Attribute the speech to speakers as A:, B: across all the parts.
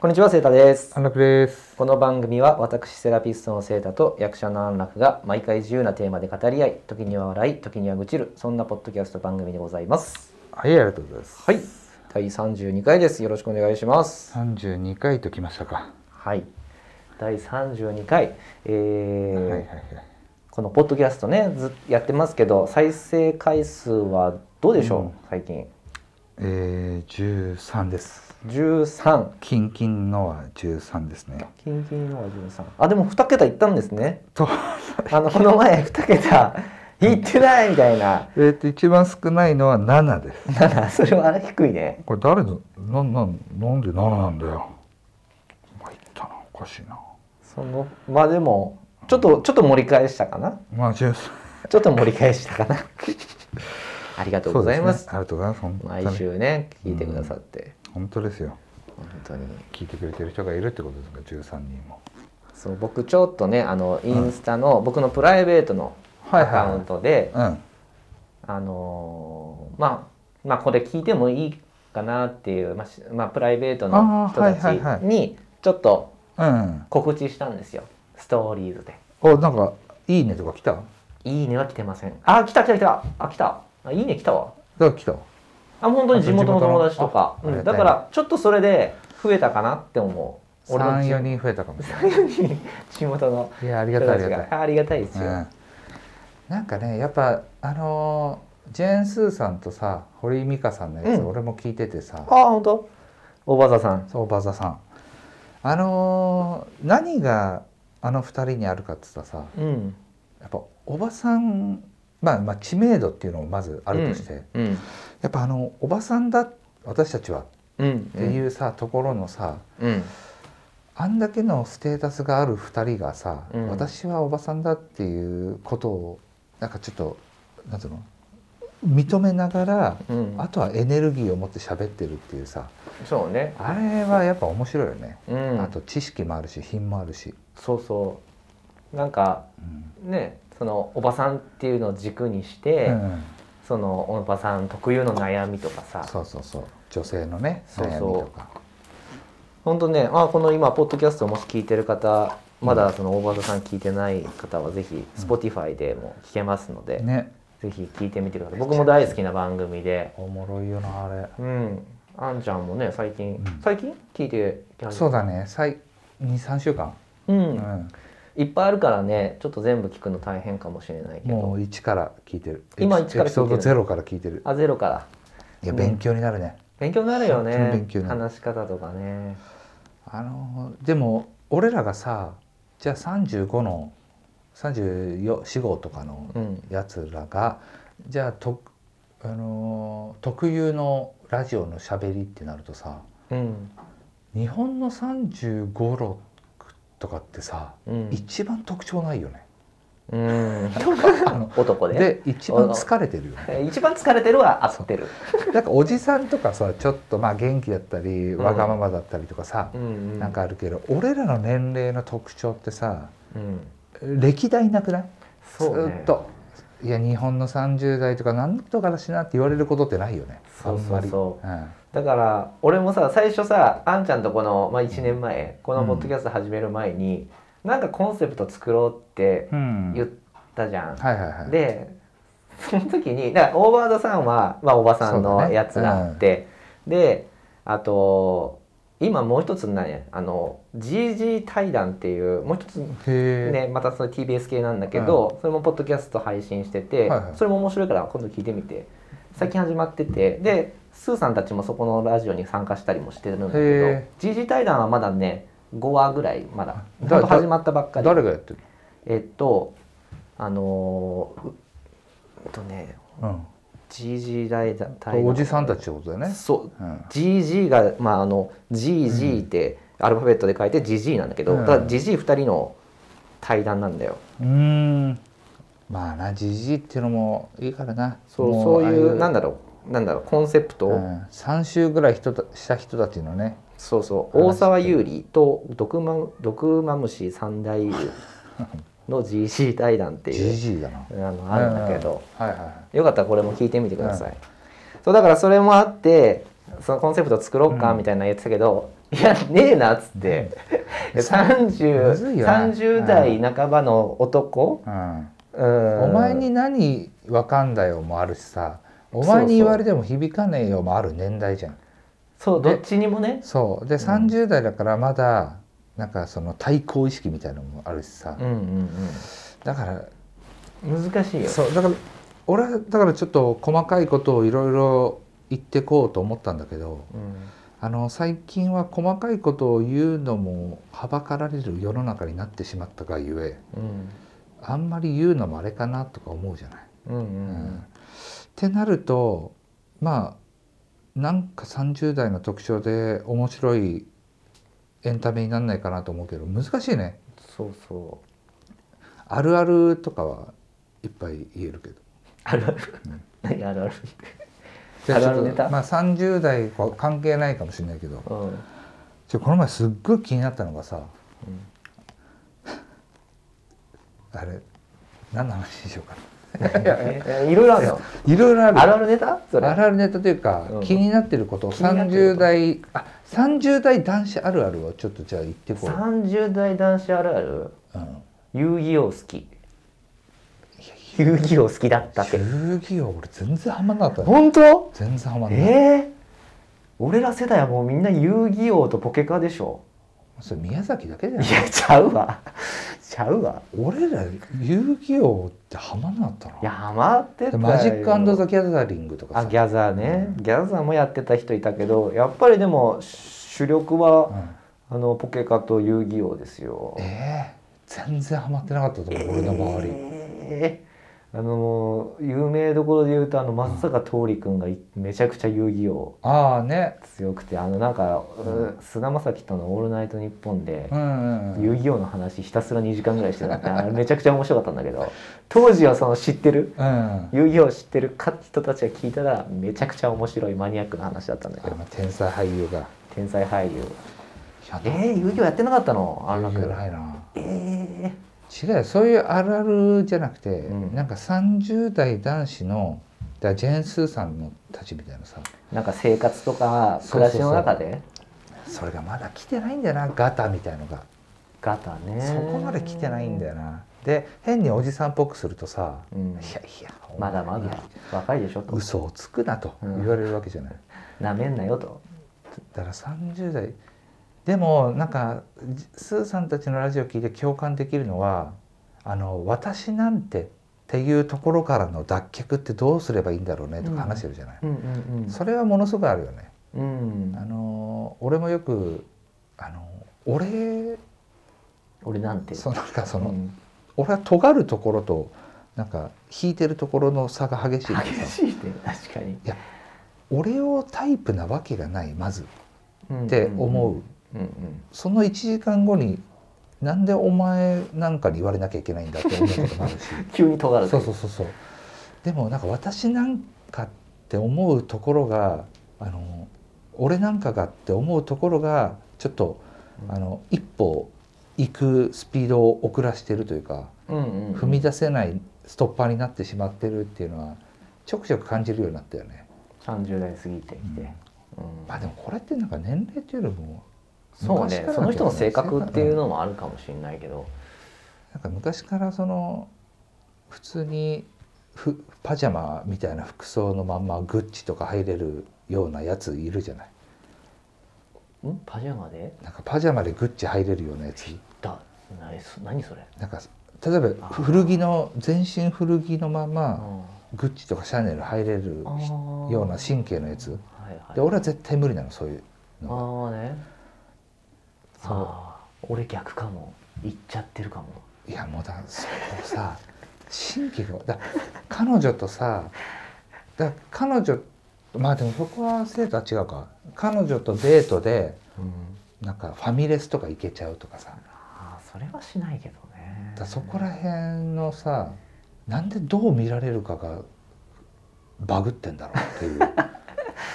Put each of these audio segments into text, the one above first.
A: こんにちは、セータです。
B: 安楽です。
A: この番組は私セラピストのセータと役者の安楽が毎回自由なテーマで語り合い、時には笑い、時には愚痴る、そんなポッドキャスト番組でございます。
B: はい、ありがとうございます。
A: はい、第32回です。よろしくお願いします。
B: 三十二回ときましたか。
A: はい、第32回、えー
B: はいはいはい。
A: このポッドキャストね、ずっとやってますけど、再生回数はどうでしょう、
B: うん
A: 最近。
B: ええ十三です。
A: 13。
B: キンキンのは十三ですね。
A: キンキンのは13。あ、でも2桁いったんですね。
B: と、
A: あの、この前2桁いってないみたいな。
B: えっと一番少ないのは七です。
A: 7それは低いね
B: これ誰の、なんなんなんで七なんだよ。まいったな、おかしいな。
A: そのまあでもちょっとちょっと盛り返したかな
B: まあ十三。
A: ちょっと盛り返したかな ありがとうございます
B: そうでねありがとうございます。本当
A: 毎
B: に。
A: 週ね聞いてくださって、
B: 本当ですよ。
A: 本当に
B: 聞いてくれてる人がいるってことですか、十三人も。
A: そう僕ちょっとねあのインスタの、僕のプライベートの
B: はい
A: ア
B: はい
A: カウントで、
B: うん。
A: あのーまあまあこれ聞いてもいいかなっていう、まあしまあ、プライベートの人た
B: あーはいはいは
A: ちにちょっと
B: うん。
A: 告知したんですよストーリーズで。
B: お、なんか、いいねとか来た。
A: いいねは来てません。あ、来た来た来た。あ、来た。あ、いいね来たわ。
B: だから来た。
A: あ、本当に地元の友達とか。
B: あ地元のあ
A: うん
B: あり
A: だ
B: がたい
A: か
B: ね
A: ら、ちょっとそれで増えたかなって思う。俺の
B: 三
A: 地
B: 四人増えたかもしれない。
A: 人 地元の
B: いやありが
A: 人
B: たいあ
A: た
B: り
A: ち
B: がた
A: が。ありがたいです
B: い、う
A: よ
B: ん。なんかねやっぱあのージェーン・スーさんとさ堀井美香さんのやつ、
A: うん
B: 俺も聞いててさ
A: あ、本当おばささん。
B: そうバザさんあのー何があの二人にあるかって言ったらさ
A: うん。
B: やっぱおばさんまあまあ知名度っていうのもまずあるとして、
A: うん。
B: やっぱあのおばさんだ私たちは
A: うん。
B: っていうさ、ところのさ
A: うん。
B: あんだけのステータスがある2人がさ、
A: うん
B: 私はおばさんだっていうことをなんかちょっとなんていうの認めながら、
A: うん。
B: あとはエネルギーを持って喋ってるっていうさ
A: そうね。
B: あれはやっぱ面白いよね、
A: うん。
B: あと知識もあるし品もあるし、
A: そうそう。なんか、
B: うん
A: ね、その、おばさんっていうのを軸にして、
B: うん
A: その、おばさん特有の悩みとかさ。
B: そうそうそう女性のね
A: そう
B: 悩
A: そう
B: みとか
A: 本当ね、まあ、この今ポッドキャストをもし聞いてる方まだその大場さん聞いてない方はぜひ Spotify でも聞けますので、
B: ね
A: ぜひ聞いてみてください僕も大好きな番組で
B: おもろいよなあれ、
A: うんあんちゃんもね最近、
B: うん
A: 最近聞いてき始
B: そ
A: め
B: うだね23週間、
A: う
B: うん
A: ん、いっぱいあるからねちょっと全部聞くの大変かもしれないけ
B: も
A: ど
B: う1から聞いてる
A: 今
B: エピ
A: 一から聞いてる
B: エピソード0から聞いてる
A: あゼロから
B: いや
A: うん
B: 勉強になるね、
A: 勉強になるよね
B: 本当に勉強になる
A: 話し方とかね
B: あのーでも俺らがさじゃあ35の34号とかの
A: うん
B: やつらが、じゃあと、あのー特有のラジオのしゃべりってなるとさ
A: うん
B: 日本の35 6とかってさ、
A: うん、
B: 一番特徴ないよね。
A: うん、
B: あの
A: 男で
B: で一番疲れてるよね。
A: 一番疲れてるは合ってる
B: なんかおじさんとかさちょっとまあ元気だったりわがままだったりとかさ、
A: うん、うん、
B: なんかあるけど俺らの年齢の特徴ってさ
A: うん
B: 歴代なくない
A: そうね
B: ずっといや日本の30代とか何とかだしなって言われることってないよね
A: そうそうそ
B: あんま
A: だから俺もさ最初さあんちゃんとこの、まあ、1年前このポッドキャスト始める前に、なんかコンセプト作ろうって
B: りうん、
A: 言ったじゃん、
B: はいはいはい
A: でその時にだからオーバードさんは、まあ、おばさん
B: そうだ
A: の
B: ね
A: やつがあって、であと今もう一つ何やあの GG 対談っていうもう一つ
B: へえ、
A: ね、またその TBS 系なんだけど、それもポッドキャスト配信してて、
B: はいはい
A: それも面白いから今度聞いてみて最近始まっててでスーさんたちもそこのラジオに参加したりもしてるんだけど
B: へ
A: GG 対談はまだね5話ぐらいまだ
B: だ
A: ほんと始まったばっかり
B: 誰がやってる
A: えっとあのーうえっとね
B: の、
A: GG 対談
B: うん、おじさんたちってことだよね、
A: そう
B: うん
A: GG が、まあ、あの GG ってアルファベットで書いて GG なんだけど、
B: うん
A: だから GG2 人の対談なんだよ
B: うーんまあなじじいっていうのもいいからな
A: そう
B: も
A: そういうなん
B: だ
A: だろうなんだろうコンセプトを、
B: うん、3週ぐらい人たした人たちのね
A: そうそう
B: 話して
A: 大沢優里と毒マ毒マムシ三大夫 の GC 対談って
B: じ
A: いう
B: じいだな
A: あのあるんだけど、
B: うんはいはいはい
A: よかったらこれも聞いてみてください、そうだからそれもあってそのコンセプト作ろうか
B: うん
A: みたいなの言ってたけど、いやねえなっつって
B: むずい
A: 30
B: よな
A: 30代半ばの男、
B: う
A: う
B: ん
A: ん
B: お前に何わかんだよもあるしさお前に言われても響かねえよもある年代じゃん
A: そう
B: で
A: どっちにもね、
B: そうで30代だからまだなんかその対抗意識みたいなのもあるしさ
A: うんうん
B: だから
A: うん、難しいよ
B: そうだから俺はだからちょっと細かいことをいろいろ言ってこうと思ったんだけど
A: うん
B: あの最近は細かいことを言うのもはばかられる世の中になってしまったがゆえ
A: うん
B: あんまり言うのもあれかなとか思うじゃない。
A: うんうんう
B: うん
A: ん
B: ってなるとまあなんか30代の特徴で面白いエンタメになんないかなと思うけど難しいね
A: そうそう
B: あるあるとかはいっぱい言えるけど
A: あるある、何 あるある
B: じゃあちょ
A: あ
B: っ
A: るあ
B: と
A: るネタ
B: まあ30代は関係ないかもしれないけど
A: うん
B: ちょこの前すっごい気になったのがさあれ何の話にしようか
A: えいろいろあるの
B: ないろいろあ る
A: あるあるネタそれ
B: あるあるネタというか、
A: うん
B: 気になってることを
A: 気になってるこ
B: 30
A: と
B: 代あ30代男子あるあるをちょっとじゃあ言ってこう、
A: 30代男子あるある
B: うん
A: 遊戯王好き遊戯王好きだったって
B: 遊戯王俺全然ハマんなかったね
A: 本当
B: 全然ハマんない、
A: えー、俺ら世代はもうみんな遊戯王とポケカでしょ
B: それ宮崎だけじゃ
A: い
B: ない
A: やちゃうわ ちゃうわ
B: 俺ら遊戯王ってハマんなかったない
A: やハマってた
B: で
A: よ
B: マジックザ・ギャザリングとか
A: あ
B: さ
A: ギャザーねギャザーもやってた人いたけどやっぱりでも主力
B: う
A: は
B: ん
A: あのポケカと遊戯王ですよ
B: えー全然ハマってなかったと思う俺の周り
A: えーあの有名どころで言うとあの松坂桃李君がいめちゃくちゃ遊戯王
B: ああね
A: 強くてあのなんか、うん菅田将暉との「オールナイトニッポン」で
B: う、んうん
A: 遊戯王の話ひたすら2時間ぐらいしてたってあれめちゃくちゃ面白かったんだけど当時はその知ってる
B: うんあ
A: 遊戯王知ってるか人たちが聞いたらめちゃくちゃ面白いマニアックな話だったんだけど
B: の天才俳優が
A: 天才俳優
B: いや
A: えー、遊戯王やってなかったのあんな
B: 遊
A: く
B: 戯王ないな
A: え
B: 違うよそういうあるあるじゃなくて、
A: うん
B: なんか30代男子のだからジェーン・スーさんのたちみたいなさ
A: ー、なんか生活とか
B: そ
A: 暮
B: うそう
A: ら
B: そ
A: し
B: う
A: の中で
B: それがまだ来てないんだよなガタみたいのが
A: ガタね
B: そこまで来てないんだよなで変におじさんっぽくするとさ「
A: うん
B: いやいやお
A: ま
B: 前
A: だま
B: い
A: だ
B: や
A: 若いでしょと
B: 嘘をつくな」と
A: うん
B: 言われるわけじゃない、
A: なめんなよと
B: だから30代でもなんかじスーさんたちのラジオ聞いて共感できるのは「あの私なんて」っていうところからの脱却ってどうすればいいんだろうねとか話してるじゃない、
A: うんうん
B: それはものすごくあるよね
A: うん、う
B: あ
A: ん、
B: の俺もよくあの俺
A: 俺なんて
B: そのなんかその、
A: うん
B: 俺は尖るところとなんか引いてるところの差が激しい
A: 激しいね確かに
B: 俺をタイプなわけがないまず
A: っ
B: って思う,、
A: うんうん
B: その1時間後になんでお前なんかに言われなきゃいけないんだって思うこともある し
A: 急に尖る
B: そうそうそうそうでもなんか私なんかって思うところがあの俺なんかがって思うところがちょっとあの一歩行くスピードを遅らしてるというか。
A: うんうんうん
B: 踏み出せないストッパーになってしまってるっていうのはちょくちょく感じるようになったよね。
A: 30代過ぎてきて、うん
B: まあでもこれってなんか年齢というよりも
A: そうねその人の性格っていう
B: の
A: のもあるかもしれないけど、
B: なんか昔からその普通にふパジャマみたいな服装のまんまグッチとか入れるようなやついるじゃない
A: ん、パジャマで
B: なんかパジャマでグッチ入れるようなやつ
A: だ何そ何それ、
B: なんか例えば古着の全身古着のまんま
A: あ
B: グッチとかシャネル入れる
A: あー
B: ような神経のやつ
A: はいはい
B: で俺は絶対無理なのそういうのが。
A: ああね
B: そう
A: あー俺逆かも行っちゃってるかも
B: いやもうだそこさ神経がだ彼女とさだ彼女まあでもそこは生徒は違うか彼女とデートで
A: うん
B: なんかファミレスとか行けちゃうとかさ
A: あーそれはしないけどね
B: だそこら辺のさなんでどう見られるかがバグってんだろうっていう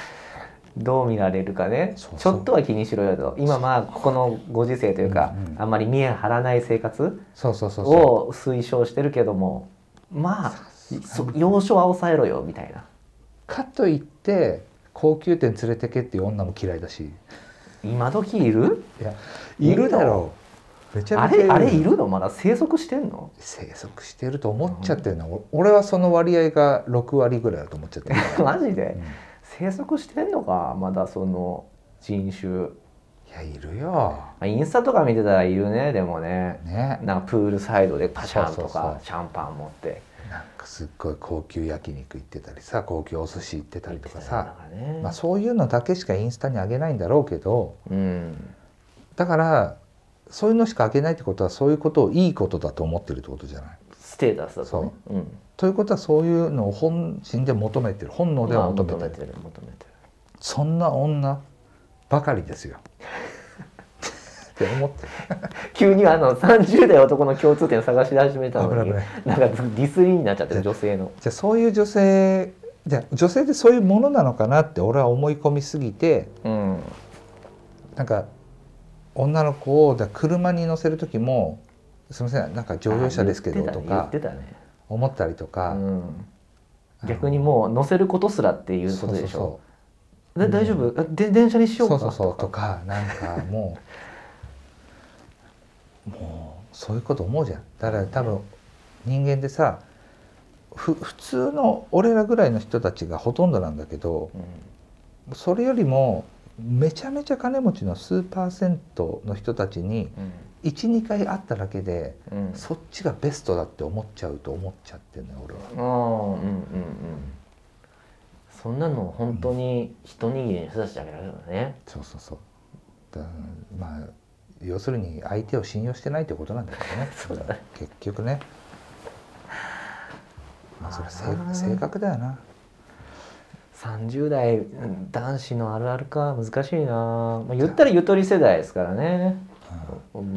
A: どう見られるかね
B: そうそう
A: ちょっとは気にしろよと今まあここのご時世というか、
B: うんうん
A: あんまり見え張らない生活
B: そうそうそうそう
A: を推奨してるけどもまあ
B: さす
A: そ要所は抑えろよみたいな
B: かといって高級店連れてけっていう女も嫌いだし
A: 今時いる
B: いるだろうめちゃ
A: あ
B: めちゃい
A: れ
B: る
A: あれいるのまだ生息してんの
B: 生息してると思っちゃってるな、お俺はその割合が6割ぐらいだと思っちゃってる
A: マジで
B: うん
A: 生息してんのかまだその人種
B: いやいるよ
A: あインスタとか見てたらいるねでもね
B: ね
A: なんかプールサイドでパシャン
B: そう
A: と
B: そうそう
A: かシャンパン持って
B: なんかすっごい高級焼肉行ってたりさ高級お寿司行ってたりとか
A: なん
B: さ、
A: かね
B: まあ、そういうのだけしかインスタに上げないんだろうけど
A: うん
B: だからそういうのしか上げないってことはそういうことをいいことだと思ってるってことじゃない
A: ステータスだとねうん
B: ということはそういうのを本心で求めてる本能で
A: ま
B: は
A: あ
B: 求めてる,、
A: 求めてる求めてる
B: そんな女ばかりです よって思って
A: 急にあの30代男の共通点探し始めたのに
B: 危な
A: ないんかディスりになっちゃってる女性の
B: じゃあそういう女性じゃあ女性ってそういうものなのかなって俺は思い込みすぎて
A: うん
B: なんか女の子をだから車に乗せる時も「すみませんなんか乗用車ですけど」
A: 言
B: と
A: っ
B: か
A: てたね
B: 思ったりと
A: 言ってた
B: か、
A: ねうん
B: あの
A: 逆にもう乗せることすらっていうことでしょで大丈夫あで電車にし
B: そ
A: よ
B: う
A: うか
B: そうそうそうと
A: とか
B: かなんかもう もうそういうこと思うじゃんだから多分人間でさふ普通の俺らぐらいの人たちがほとんどなんだけど
A: うん
B: それよりもめちゃめちゃ金持ちの数パーセントの人たちに12回会っただけで
A: うんうん
B: そっちがベストだって思っちゃうと思っちゃってんのよ俺は。
A: ああうんうんうんそんなの本当に一握りの人たちだけだけどね
B: そうそうそうだまあ要するに相手を信用してないってことなんだけどね
A: そうだね
B: 結局ねまあそれ
A: まあな
B: は性性格だよな
A: 30代うん男子のあるあるか難しいな、まあ、言ったらゆとり世代ですからね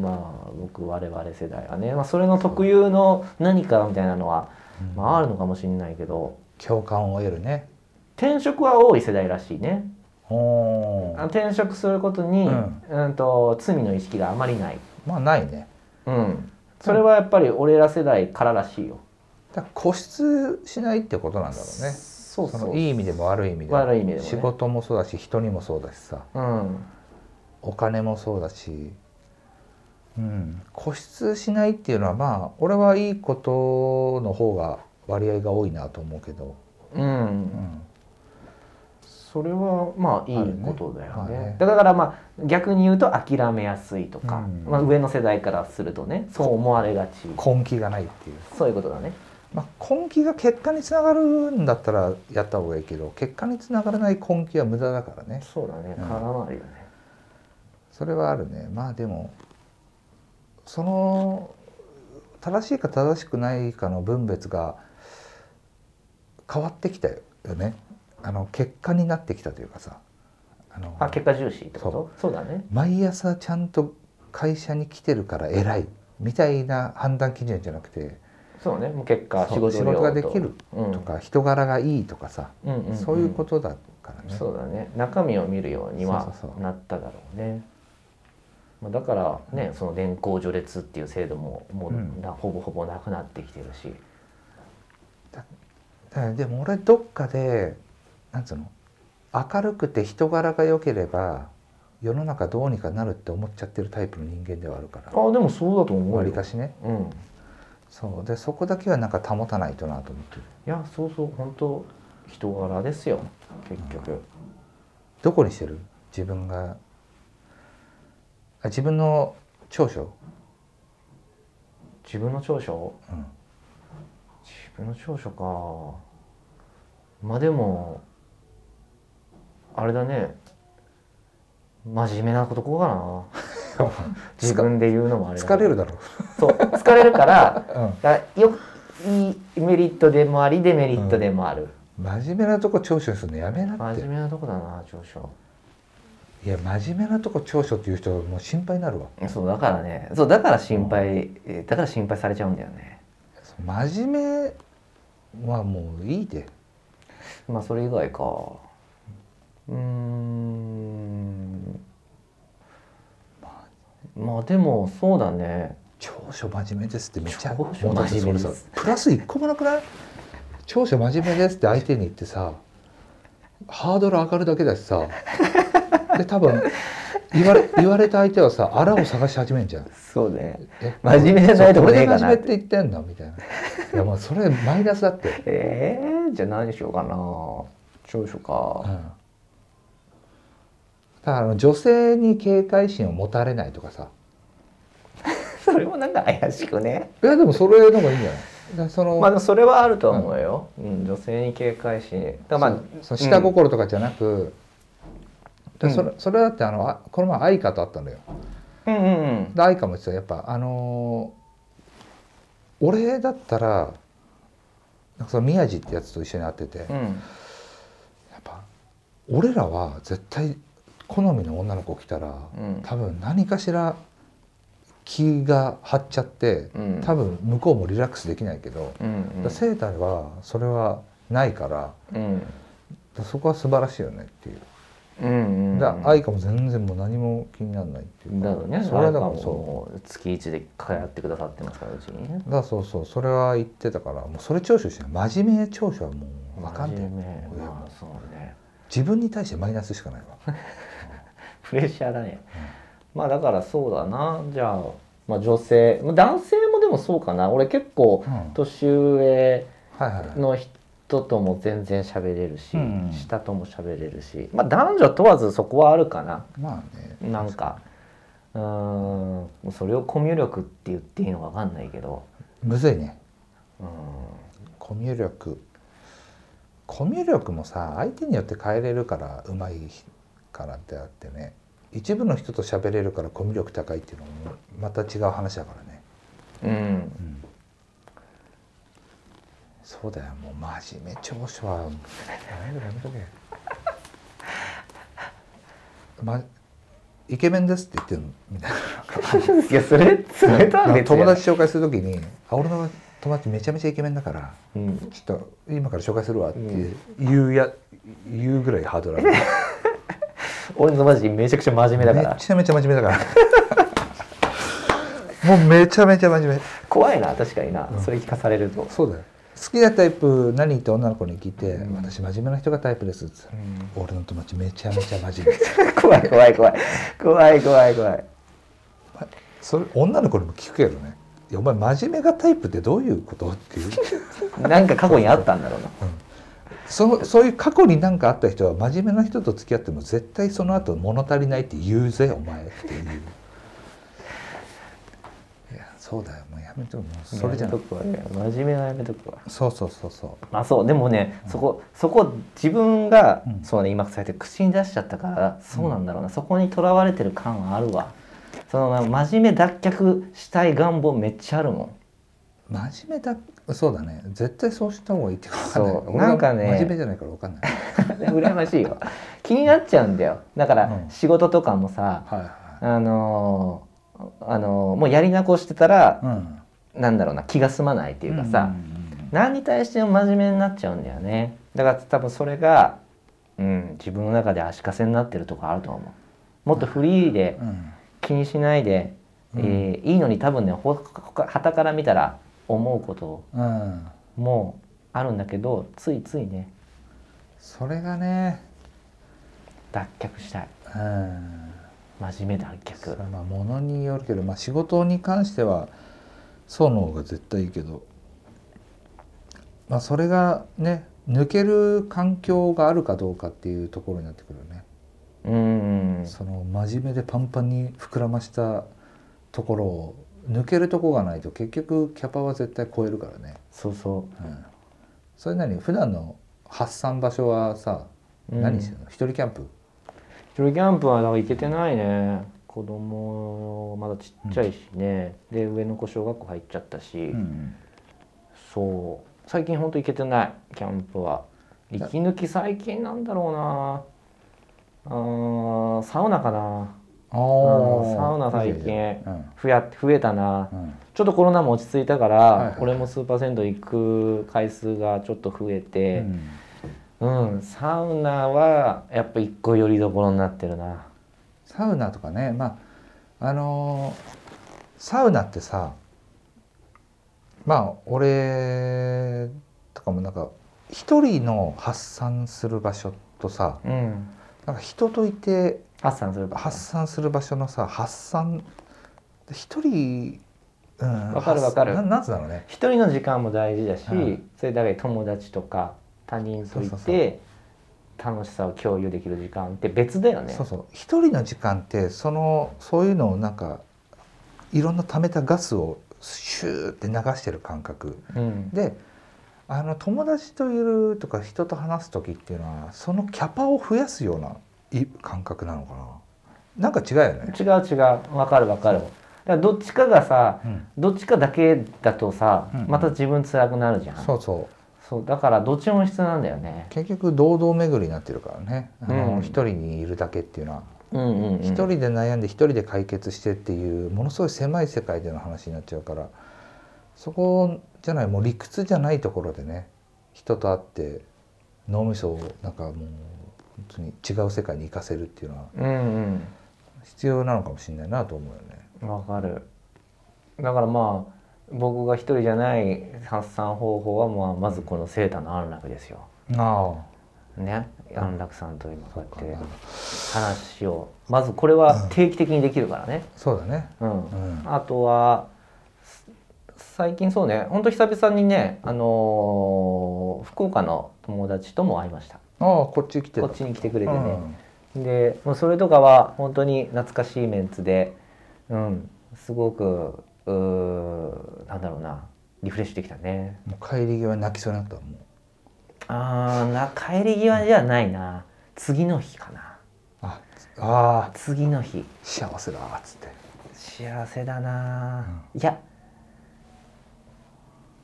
A: まあ僕我々世代はね、まあ、それの特有の何かみたいなのは、
B: うん
A: まあ、あるのかもしれないけど
B: 共感を得るね
A: 転職は多い世代らしいね
B: お
A: あの転職することに、
B: う
A: うんん、と罪の意識があまりない、
B: まあないね
A: うん、それはやっぱり俺ら世代かららしいよ、
B: だから固執しないってことなんだろうね
A: そうそう
B: そのいい意味でも悪い意味でも
A: 悪い意味でもね
B: 仕事もそうだし人にもそうだしさ
A: うん
B: お金もそうだし、うん、固執しないっていうのはまあ俺はいいことの方が割合が多いなと思うけど、
A: う、
B: うんん、
A: それはまあい
B: ある
A: い
B: ね
A: ことだよね
B: まあね
A: だからまあ逆に言うと諦めやすいとか、
B: うん
A: まあ、上の世代からするとねそう思われがち
B: 根気がないっていう、
A: そういうことだね
B: まあ、根気が結果につながるんだったらやった方がいいけど結果につながらない根気は無駄だからね
A: そうだね
B: うん
A: 絡まるよね、
B: それはあるねまあでもその正しいか正しくないかの分別が変わってきたよねあの結果になってきたというかさあの
A: あ結果重視ってことそうだね
B: 毎朝ちゃんと会社に来てるから偉いみたいな判断基準じゃなくて
A: そうねもう結果
B: そう
A: 仕事量
B: 仕事ができる
A: うん
B: とか人柄がいいとかさ
A: うんうんん
B: そういうことだからね。
A: そうだね中身を見るようには
B: そうそうそう
A: なっただろうねまあだからねその電光序列っていう制度ももう
B: うん
A: な、ほぼほぼなくなってきてるし
B: だからでも俺どっかでなんつうの明るくて人柄が良ければ世の中どうにかなるって思っちゃってるタイプの人間ではあるから
A: あでもそうだと思うよ
B: わりかしね
A: うんい
B: そうでそこだけはなんか保たないとなと思ってる
A: やそうそう本当人柄ですよ結局
B: どこにしてる自分があ自分の長所、
A: 自分の長所
B: うん、
A: 自分の長所かまあでもあれだね真面目なとこかな 自分で言うのもあれだけど
B: 疲れるだろ
A: そう疲れるから
B: う、うん
A: だからよいいメリットでもありデメリットでもある、
B: 真面目なとこ長所にするのやめなっ
A: 真
B: て
A: 面目なとこだな長所
B: いや真面目なとこ長所っていう人もう心配になるわ
A: そうだからねそうだから心配、えーだから心配されちゃうんだよね
B: 真面目はもういいで
A: まあそれ以外かうーんまあでもそうだね
B: 長所真面目ですってめっちゃ
A: 長所真面目です
B: もうだってそれさプラス一個もなくない長所真面目ですって相手に言ってさハードル上がるだけだしさで多分言われ言われた相手はさあらを探し始めんじゃん
A: そうね
B: え
A: 真面目じゃないとこねえかな
B: そう俺が真面目って言ってんのみたいないやまあそれマイナスだって、
A: えー、じゃあ何しようかな長所
B: うん、
A: か、
B: だからあの女性に警戒心を持たれないとかさ
A: それもなんか怪しくね
B: いやでもそれの方がいいんじゃないだからその、
A: まあでもそれはあると思うよ、うん、女性に警戒心だからまあ
B: その下
A: うん
B: 心とかじゃなく、で
A: うん
B: それそれだってあのあこの前愛花と会ったのよ
A: うんうんうん
B: で愛花も言ってたやっぱあのー俺だったらなんかその宮地ってやつと一緒に会ってて、
A: う
B: や
A: ん
B: っぱ俺らは絶対好みの女の子来たら、
A: うん
B: 多分何かしら気が張っちゃって
A: うん
B: 多分向こうもリラックスできないけど、
A: うんうん
B: 生態はそれはないから
A: うん
B: そこは素晴らしいよねっていう。
A: うんうん
B: だ愛花も全然もう何も気にならないっていうか
A: だろうね
B: それは
A: だ
B: だか
A: からら
B: そ
A: もう月一で通ってくださってますからうちにね
B: うだからそうそうそれは言ってたからもうそれ聴取してない真面目聴取はもう分かんな
A: 真
B: い
A: 面目
B: もういやも
A: ま
B: う
A: あそうね
B: 自分に対してマイナスしかない わ
A: プレッシャーだね、まあだからそうだなじゃあ,、まあ女性まあ男性もでもそうかな俺結構
B: うん
A: 年上
B: はいはいはい
A: の人とも全然喋れるし、
B: うん
A: 下とも喋れるしまあ男女問わずそこはあるかな
B: まあね
A: なんかうーんそれをコミュ力って言っていいのか分かんないけど
B: むずいね
A: うん
B: コミュ力コミュ力もさ相手によって変えれるからうまいからってあってね一部の人と喋れるからコミュ力高いっていうのもまた違う話だから
A: う
B: ね
A: ん
B: うんそうだよもう真面目長所はやめろやめとけ、ま、イケメンですって言ってるみたい
A: いやそれそれとは
B: な
A: 別
B: 友
A: や
B: 達紹介するときに「あ俺の友達めちゃめちゃイケメンだから
A: うん
B: ちょっと今から紹介するわ」って言うや、言うぐらいハードルある
A: 俺の友達めちゃくちゃ真面目だから
B: めちゃめちゃ真面目だから もうめちゃめちゃ真面目
A: 怖いな確かにな、それ聞かされると、
B: そうだよ好きなタイプ何って女の子に聞いて
A: う
B: 「
A: ん
B: 私真面目な人がタイプです」って言ったら俺の友達めちゃめちゃ真面目
A: 怖い怖い怖い怖い怖い怖い
B: それ女の子にも聞くけどね「いやお前真面目がタイプってどういうこと?」っていう
A: なんか過去にあったんだろうな
B: そそういう過去に何かあった人は真面目な人と付き合っても絶対その後物足りないって言うぜお前っていういやそうだよもうやめともうそれじゃ
A: や
B: な
A: め
B: い
A: とくわね真面目はやめとくわ
B: そうそうそうそ
A: まあそうでもね、そこそこ自分が、
B: うん
A: そうね今そうやって口に出しちゃったからそうなんだろうな、そこにとらわれてる感はあるわその真面目脱却したい願望めっちゃあるもん
B: う真面目だそうだね絶対そうした方がいいってことかん
A: そう
B: ない俺は
A: なんかね
B: 真面目じゃないから分かんない
A: 羨ましいよ気になっちゃうんだよだから
B: うん
A: 仕事とかもさ、
B: はいは
A: あのーあのーもうやりなこしてたら
B: い、うん
A: なんだろうな気が済まないっていうかさ、
B: んんうん
A: 何に対しても真面目になっちゃうんだよねだから多分それが、うん、自分の中で足かせになってるとこあると思うもっとフリーで
B: うん
A: 気にしないで、
B: うん
A: えーいいのに多分ねほか旗から見たら思うこと
B: うん、
A: もあるんだけどついついね
B: それがね、
A: 脱却したい
B: うん、
A: 真面目脱
B: それ
A: 却
B: はまあものによるけど、まあ、仕事に関してはそうの方が絶対いいけど、まあ、それがね抜ける環境があるかどうかっていうところになってくるよね、
A: うん
B: その真面目でパンパンに膨らましたところを抜けるとこがないと結局キャパは絶対超えるからね、
A: そうそ
B: うん、それなりに普段の発散場所はさ
A: う、うん、
B: 何してるの、一人キャンプ
A: 一人キャンプはなんか行けてないね子供まだちっちゃいしね、で上の子小学校入っちゃったし、そう最近ほんと行けてないキャンプは
B: だ
A: 息抜き最近なんだろうなあーサウナかな
B: あ
A: うん
B: ー
A: サウナ最近
B: うん
A: 増や増えたな
B: うん
A: ちょっとコロナも落ち着いたから、
B: いはいはい
A: 俺もスーパー銭湯行く回数がちょっと増えてうん、サウナはやっぱ一個よりどころになってるな
B: サウナとかねまああのーサウナってさまあ俺とかもなんか一人の発散する場所とさ
A: うん
B: なんか人といて
A: 発散する
B: 発散する場所のさ発散一人うん
A: わかるわかる
B: 発散ななんつうんだろうね
A: 一人の時間も大事だし、
B: うん
A: それだけ友達とか他人とい
B: そうそうそ
A: て楽しさを共有できる時間って別だよね
B: そうそう一人の時間ってそのそういうのをなんかいろんな溜めたガスをシューって流してる感覚
A: うん、
B: であの友達といるとか人と話す時っていうのはそのキャパを増やすようない感覚なのかななんか違うよね、
A: 違う違うわかるわかるだからどっちかがさ
B: うん、
A: どっちかだけだとさ、
B: うんうん
A: また自分辛くなるじゃん
B: そうそう
A: そうだからどっちも必要なんだよね
B: 結局堂々巡りになってるからねあの
A: うん
B: 一、人にいるだけっていうのは
A: うんうん、うん、
B: 一人で悩んで一人で解決してっていうものすごい狭い世界での話になっちゃうからそこじゃないもう理屈じゃないところでね人と会って脳みそをなんかもう本当に違う世界に行かせるっていうのは
A: うん
B: 必要なのかもしれないなと思うよね。
A: うんわかるだからまあ僕が一人じゃない発散方法は、まあ、まずこのセータの安楽ですよ
B: ああ
A: ね安楽さんと今こう
B: そう
A: や
B: か
A: って話をまずこれは定期的にできるからね、
B: そうだね。
A: うん
B: うん、
A: あとはす最近そうねほんと久々にね、あのー福岡の友達とも会いました
B: ああこっち来て
A: こ
B: た
A: っちに来てくれてね、でもうそれとかは本当に懐かしいメンツで、うん、すごくうーなんだろうなリフレッシュできたね
B: うんもう帰り際に泣きそうになったもう
A: あーな帰り際じゃないな次の日かな
B: あああ
A: 次の日
B: 幸せだっつって
A: 幸せだな、いや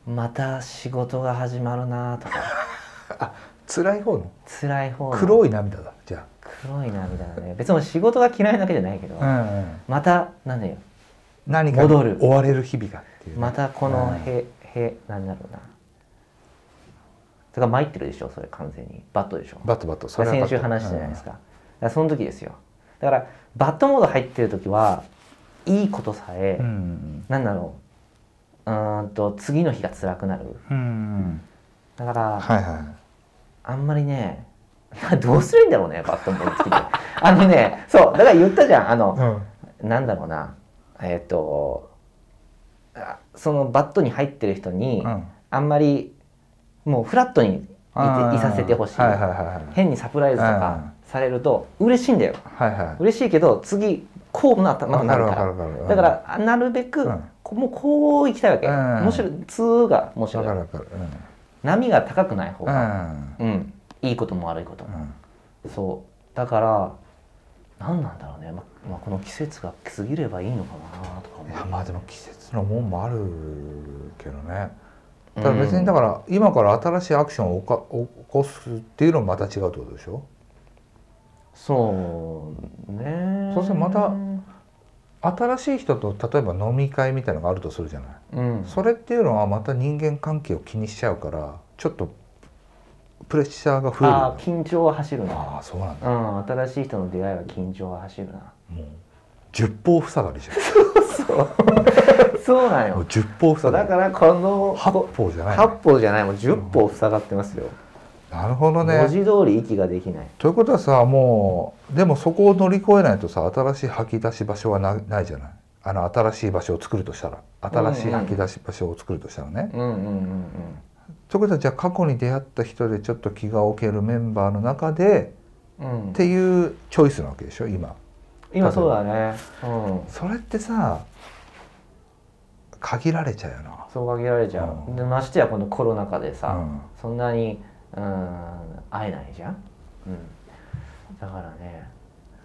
A: また仕事が始まるなとか
B: 辛い方の
A: 辛い方の
B: 黒い涙だじゃ
A: 黒いなみたいなね別に仕事が嫌いなわけじゃないけど、
B: あ、うんうん、
A: またなんだよ
B: 何かに
A: 戻る
B: 追われる日々がっていうね、
A: またこ
B: う
A: の
B: ん
A: へ、へなんだろうなだから参ってるでしょそれ完全にバットでしょ
B: バトバトそれはバ
A: 先
B: ト
A: 週話したじゃないですか,、だからその時ですよだからバットモード入ってる時はいいことさえ、
B: うんうん
A: なんだろううーんと次の日が辛くなる
B: うんうん
A: だから、
B: はいは
A: あんまりね どうすりゃいいんだろうねバットモードつきで あのねそうだから言ったじゃんあ
B: い、う
A: の、
B: ん、
A: なんだろうなえっ、とあそのバットに入ってる人に、
B: うん
A: あんまりもうフラットにいて
B: あー
A: いさせてほしい,、
B: はいはいはい
A: 変にサプライズとかされると嬉しいんだよ
B: はいはいはい
A: 嬉しいけど次こうなったまたなるから
B: わかるわかるわかる
A: だからあなるべく、
B: うん
A: こもうこう行きたいわけ、
B: うん
A: むしろ2がむし
B: わかる
A: ろ
B: わかるうん
A: 波が高くない方
B: う
A: が、
B: ん
A: うんいいことも悪いこと
B: う
A: も、
B: ん
A: そうだから何なんだろうね、ままあ、この季節が過ぎればいいのかなとか
B: い
A: 思
B: や
A: う
B: まあでも季節のもんもあるけどねただ別にだから今から新しいアクションを起こ起こすっていうのもまた違うってことでしょ
A: そうね
B: そうするとまた
A: うん
B: 新しい人と例えば飲み会みたいのがあるとするじゃないそれっていうのはまた人間関係を気にしちゃうからちょっとプレッシャーが増える
A: ああ緊張は走るな
B: ああそうなんだ
A: うん新しい人の出会いは緊張は走る な
B: もう十方塞がりじ
A: そうなん
B: ゃんも
A: よ
B: う十方
A: そう
B: 塞
A: だ
B: がり
A: からこの
B: 八方じゃない
A: 八歩じゃないもう十歩塞がってますよ、
B: なるほど
A: 文
B: ね
A: 字通り息ができない
B: ということはさもうでもそこを乗り越えないとさ新しい吐き出し場所はなないじゃないあの新しい場所を作るとしたら新しい吐き出し場所を作るとしたらね、
A: うんうんうん
B: ということはじゃあ過去に出会った人でちょっと気が置けるメンバーの中で
A: うん、うん
B: っていうチョイスなわけでしょ今
A: 今そうだねうん
B: それってさ限られちゃうよな
A: そう限られちゃう、
B: うん
A: でましてやこのコロナ禍でさ、
B: うん
A: そんなにうん会えないじゃん、うん、だからね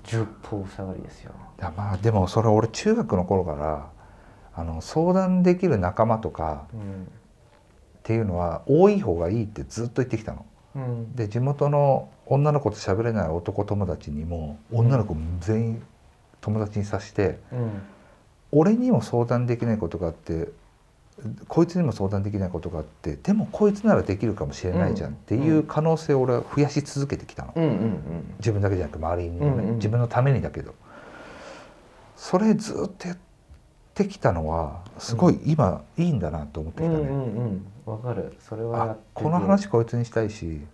A: 十歩塞がりですよ
B: いやまあでもそれ俺中学の頃からあの相談できる仲間とか
A: うん
B: っていうのは多い方がいいってずっと言ってきたの。
A: うん
B: で地元の女の子と喋れない男友達にも女の子全員友達にさして
A: うん
B: 俺にも相談できないことがあってこいつにも相談できないことがあってでもこいつならできるかもしれないじゃんっていう可能性を俺は増やし続けてきたの。
A: うんうんうん
B: 自分だけじゃなく周りにもね、
A: うんうん
B: 自分のためにだけどそれずっとやってきたのはすごい今いいんだなと思って
A: う
B: きた
A: ん
B: ね、
A: うんうんわかるそれはやっ
B: あ
A: てて
B: この話こいつにしたいし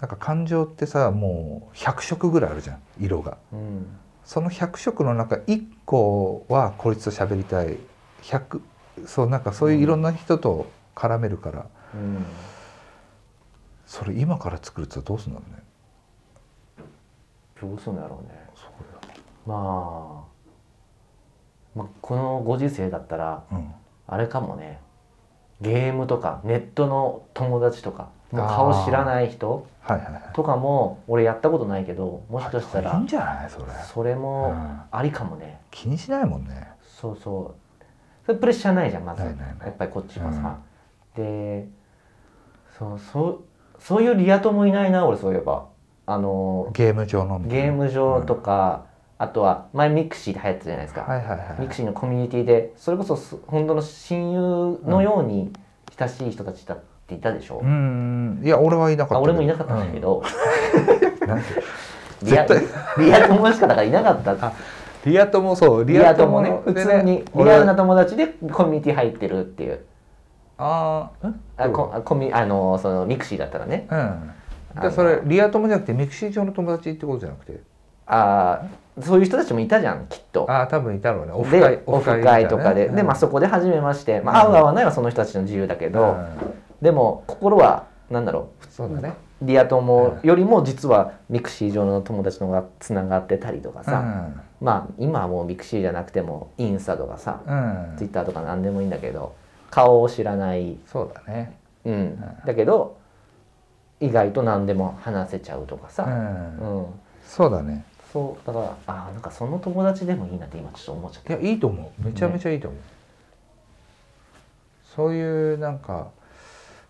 B: なんか感情ってさもう100色ぐらいあるじゃん色が。
A: うん
B: その100色の中1個はこいつと喋りたい100そうなんかそういういろんな人と絡めるから、
A: うん
B: それ今から作るってどうすんだろうね。
A: どうすんだろうね
B: そう
A: まあ、まあこのご時世だったら
B: だうん
A: あれかもねゲームとかネットの友達とかもう顔知らない人
B: はいはいはい。
A: とかも俺やったことないけどもしかした
B: いい
A: ら
B: んじゃないそれ、
A: それ
B: う
A: も
B: ん
A: ありかもね
B: 気にしないもんね。
A: そうそうそれプレッシャーないじゃんまず
B: ないないない
A: やっぱりこっちはさ、でそうそうそういうリア友もいないな俺そういえばあの
B: ゲーム上のみたい
A: ゲ
B: な
A: ーム上とか、あとは前ミクシーで流行ったじゃないですか、
B: はいはいはい。
A: ミクシーのコミュニティでそれこそす本当の親友のように親しい人たちだっていたでしょ、
B: うんいや俺はいな
A: あ
B: かったけど。
A: 俺もいなかったんだけど、
B: うん。なんて
A: リア
B: 絶対
A: リア友しかだからいなかった
B: リア友そう
A: リア友ね
B: の
A: 普
B: で
A: 通にリ
B: 俺
A: アルな友達でコミュニティ入ってるっていう
B: ああうん
A: あこあコミあのそのミクシーだったらね
B: うん。
A: あ
B: で
A: の
B: それリア友じゃなくてミクシー上の友達ってことじゃなくて
A: あーそういう人たちもいたじゃんきっと
B: ああ多分いたろうねオフ会
A: でオフ会とかで、でまあそこで初めまして、まあ、合う合わないはその人たちの自由だけ
B: う
A: ど、でも心はなんだろう
B: そうだね
A: リア友よりも実はミクシー上の友達の方がつながってたりとかさ、まあ今はもうミクシーじゃなくてもインスタとかさ、
B: うん、うん
A: ツイッターとか何でもいいんだけど顔を知らない、
B: そうだね
A: うんだけど意外と何でも話せちゃうとか
B: う
A: さ、
B: ん、
A: うん
B: そうだね
A: そうだからあーなんかその友達でもいいなって今ちょっと思っちゃっ
B: い
A: た
B: やいいと思うめちゃめちゃいいと思う、そういうなんか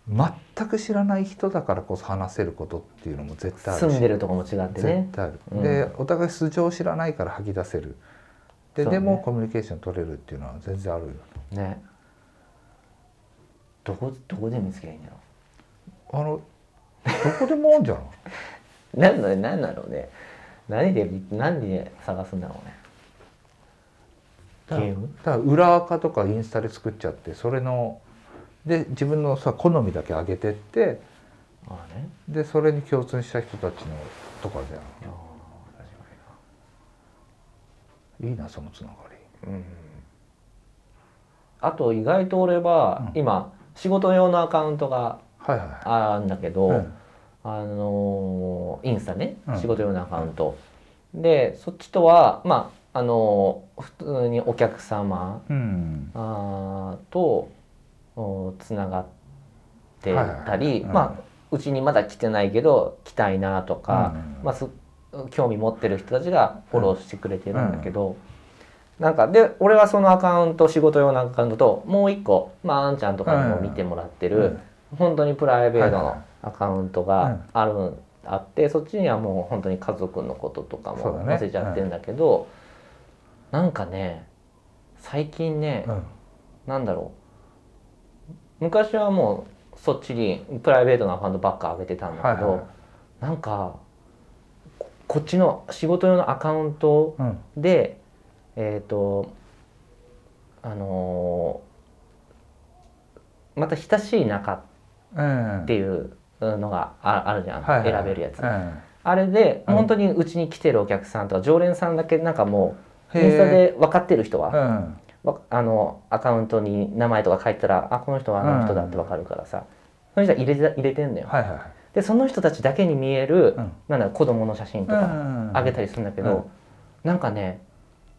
B: 全く知らない人だからこそ話せることっていうのも絶対あるし
A: 住んでるとこも違って
B: 絶
A: ね
B: 対ある、
A: うん
B: でお互い素性を知らないから吐き出せるで,、
A: そうね
B: でもコミュニケーション取れるっていうのは全然あるよ
A: ねどこどこで見つけばいいんだろ
B: あのどこでもあんじゃん
A: うなんだなんだろうね何で何で探すんだろうね ゲーム
B: だから裏垢とかインスタで作っちゃってそれので自分のさ好みだけ上げてって
A: ああね
B: でそれに共通した人たちのとかじゃ
A: ああ
B: んいいなそのつなが
A: 確
B: り
A: かにうんあと意外と俺は
B: うん
A: 今仕事用のアカウントが
B: はいはいはい
A: あるんだけど、
B: うん
A: あのーインスタね、
B: うん
A: 仕事用のアカウント、でそっちとはまああのー普通にお客様
B: うん
A: あーとおつながって
B: はいはい
A: たり、
B: うん
A: まあうちにまだ来てないけど来たいなとか、まあ、す興味持ってる人たちがフォローしてくれてるんだけど、なんかで俺はそのアカウント仕事用のアカウントともう一個、まあ、あんちゃんとかにも見てもらってる、
B: うん
A: 本当にプライベート
B: はいは
A: の
B: いはい
A: アカウントがある、あってそっちにはもう本当に家族のこととか
B: そうだ
A: も
B: ね
A: 載せちゃってるんだけどなんかね最近ね、
B: うん
A: なんだろう昔はもうそっちにプライベートなアカウントばっか上げてたんだけど、
B: はいはいは
A: なんかここっちの仕事用のアカウント
B: うん
A: でえっ、とあのーまた親しい仲
B: うん
A: っていうのがああるじゃん、
B: はいはい
A: 選べるやつ、
B: うん
A: あれで
B: うん
A: 本当にうちに来てるお客さんとか常連さんだけなんかもう
B: へ
A: イ
B: ー
A: ンスタで分かってる人は、
B: うん
A: わあのアカウントに名前とか書いてたらあこの人はあの人だって分かるからさ、その人は入れて入れてんだよ、
B: はいはいはい
A: でその人たちだけに見える、
B: うん
A: なんだろう子供の写真とか
B: あ
A: あげたりするんだけど、
B: うん
A: なんかね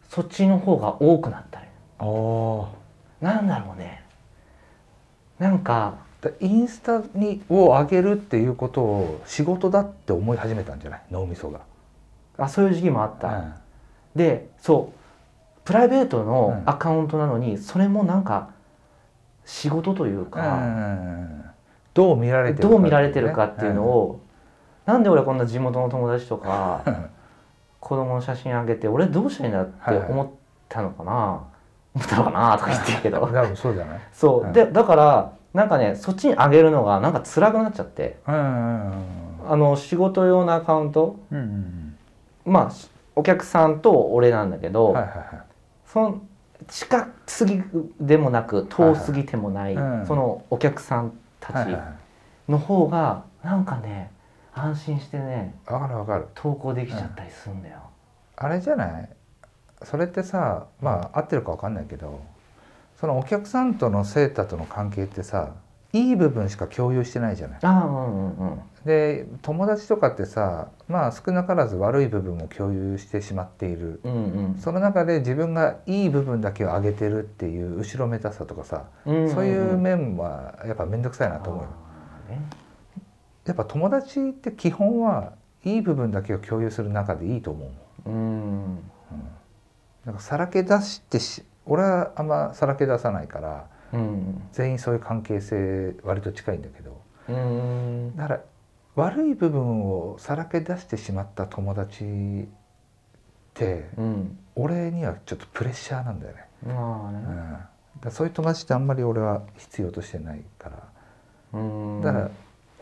A: そっちの方が多くなったね
B: お
A: なんだろうねなんか
B: だインスタにを上げるっていうことを仕事だって思い始めたんじゃない脳みそが。
A: あそういう時期もあった、
B: うん
A: でそうプライベートの
B: うん
A: アカウントなのに、それもなんか仕事というか、
B: うんどう見られてるかっていうね
A: どう見られてるかっていうの、を、なんで俺こんな地元の友達とか
B: うん
A: 子供の写真あげて俺どうしたらいいんだって思ったのかな、思ったのかなとか言ってるけ
B: 多
A: ど
B: 分そうじゃない
A: そう、
B: はい
A: でだからなんかねそっちにあげるのがなんか辛くなっちゃって
B: うん
A: あの仕事用のアカウント
B: うんうんうん
A: まあしお客さんと俺なんだけ
B: う
A: ど、
B: んはいは
A: その近すぎでもなく遠すぎてもない、
B: はいはいうん
A: そのお客さんた
B: いはいはい
A: ち
B: はいはい
A: の方がなんかね、安心してね
B: わかるわかる
A: 投稿できちゃったりするんだよ、
B: あれじゃないそれってさまあ合ってるかわかんないけどそのお客さんとのセーターとの関係ってさいい部分しか共有してないじゃない
A: ああうんうんうん
B: で友達とかってさまあ少なからず悪い部分も共有してしまっている
A: うんうん
B: その中で自分がいい部分だけを上げてるっていう後ろめたさとかさ
A: うんんん
B: そういう面はやっぱ面倒くさいなと思うよ
A: あーね
B: やっぱ友達って基本はいい部分だけを共有する中でいいと思うもん
A: うん
B: なんかさらけ出してし俺はあんまさらけ出さないから
A: うん
B: 全員そういう関係性割と近いんだけど
A: うん
B: だから悪い部分をさらけ出してしまった友達って
A: うん
B: 俺にはちょっとプレッシャーなんだよね、
A: まあ
B: うん、だ
A: ね
B: からそういう友達ってあんまり俺は必要としてないか
A: う
B: ら
A: ん
B: だから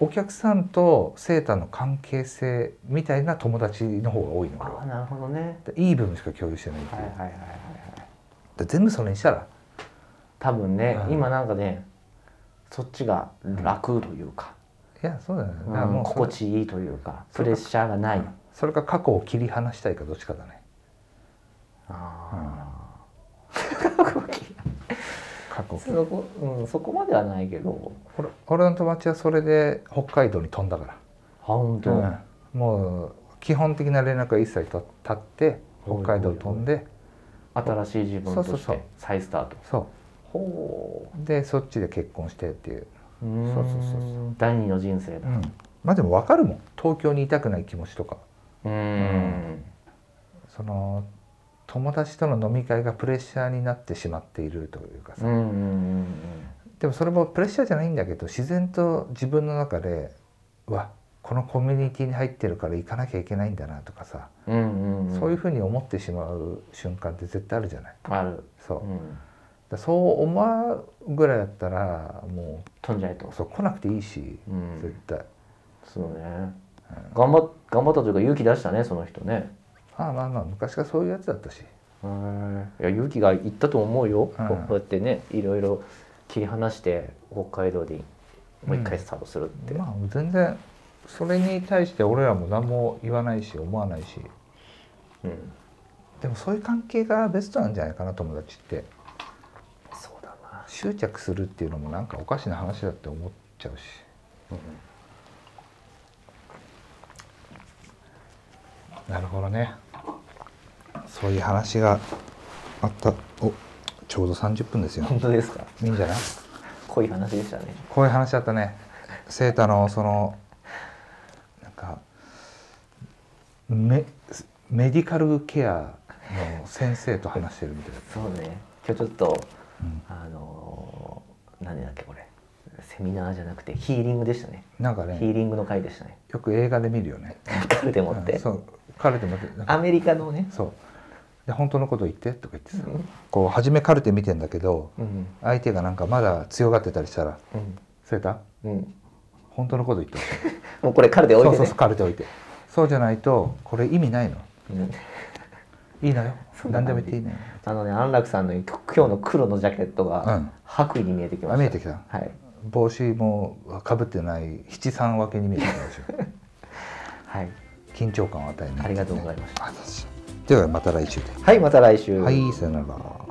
B: お客さんとセーターの関係性みたいな友達の方が多いの俺
A: ああ
B: は
A: なるほどね
B: だからいい部分しか共有してないってい
A: は
B: う
A: いはい
B: だか
A: はいはいはい
B: ら全部それにしたら
A: 多分ね、
B: うん
A: 今なんかねそっちが楽というか、
B: いやそうだよね、だ
A: うん
B: からもうそれ
A: 心地いいというか
B: そ
A: プ
B: れ
A: レッシャーがない、
B: それか過去を切り離したいかどっちかだね
A: あ
B: 過去
A: ーそこうん、そこまではないけど
B: 俺俺の友達はそれで北海道に飛んだか
A: あ本当、
B: ら、うんもう基本的な連絡は一切と立って北海道飛んで、
A: 新しい自分
B: そう
A: と
B: そう
A: し
B: そう
A: て再スタート
B: そ
A: ほ
B: うでそっちで結婚してっていう、
A: うーん
B: そうそうそうそ
A: 第二の人生だ
B: まあでも分かるもん東京にいたくない気持ちとか
A: うーん
B: その友達との飲み会がプレッシャーになってしまっているというか
A: う
B: さ、
A: んうんうん
B: でもそれもプレッシャーじゃないんだけど自然と自分の中でうわこのコミュニティに入ってるから行かなきゃいけないんだなとかさ、
A: うんうんうん
B: そうい
A: う
B: うふうに思ってしまう瞬間って絶対あるじゃない
A: んある、
B: そ
A: う、
B: う
A: ん、
B: だそう思うぐらいだったらも
A: 飛んじゃいと
B: うそう来なくていいし、
A: うん
B: 絶対
A: そうね、頑張っ頑張ったというか勇気出したねその人ね
B: まあまあまあ昔からそういうやつだったし
A: いや勇気がいったと思うよ、
B: うん
A: こうやってねいろいろ切り離して北海道でもう一回スタートするって、
B: まあ全然それに対して俺らも何も言わないし思わないし
A: うん
B: でもそういう関係がベストなんじゃないかな友達って
A: そうだな、
B: 執着するっていうのもなんかおかしな話だって思っちゃうしなるほどねそういう話があったおちょうど30分ですよ
A: 本当ですか
B: いいんじゃない
A: 濃い話でしたね
B: こういう話だったねセータのそのなんかメメディカルケアの先生と話してるみたい
A: そ
B: な、
A: うね今日ちょっと
B: うん
A: あのー、何だっけこれセミナーじゃなくてヒーリングでしたね、
B: なんか
A: ヒー
B: ね
A: リングの回でしたね
B: よく映画で見るよね
A: カルテ持って、
B: うんそうカルテもなんか
A: アメリカのね、
B: そうで本当のこと言ってとか言ってさ、こう初めカルテ見てんだけど
A: うん
B: 相手がなんかまだ強がってたりしたら
A: うん
B: 「セータ
A: うん、
B: 本当のこと言ってほしい」
A: もうこれカルテ置いてね
B: そうそうそうカルテ置いてそうじゃないとこれ意味ないの
A: うん
B: いいのよ
A: そうだ
B: 何でも言っていいのよ
A: あのね安楽さんの今日の黒のジャケット
B: う
A: が
B: ん
A: 白衣に見えてきました、
B: あ見えてきた
A: はい
B: 帽子もかぶってない七三分けに見えてます よ
A: はい
B: 緊張感を与えない、
A: ありがとうございました
B: あそうですではまた来週で
A: はいまた来週
B: はいさよなら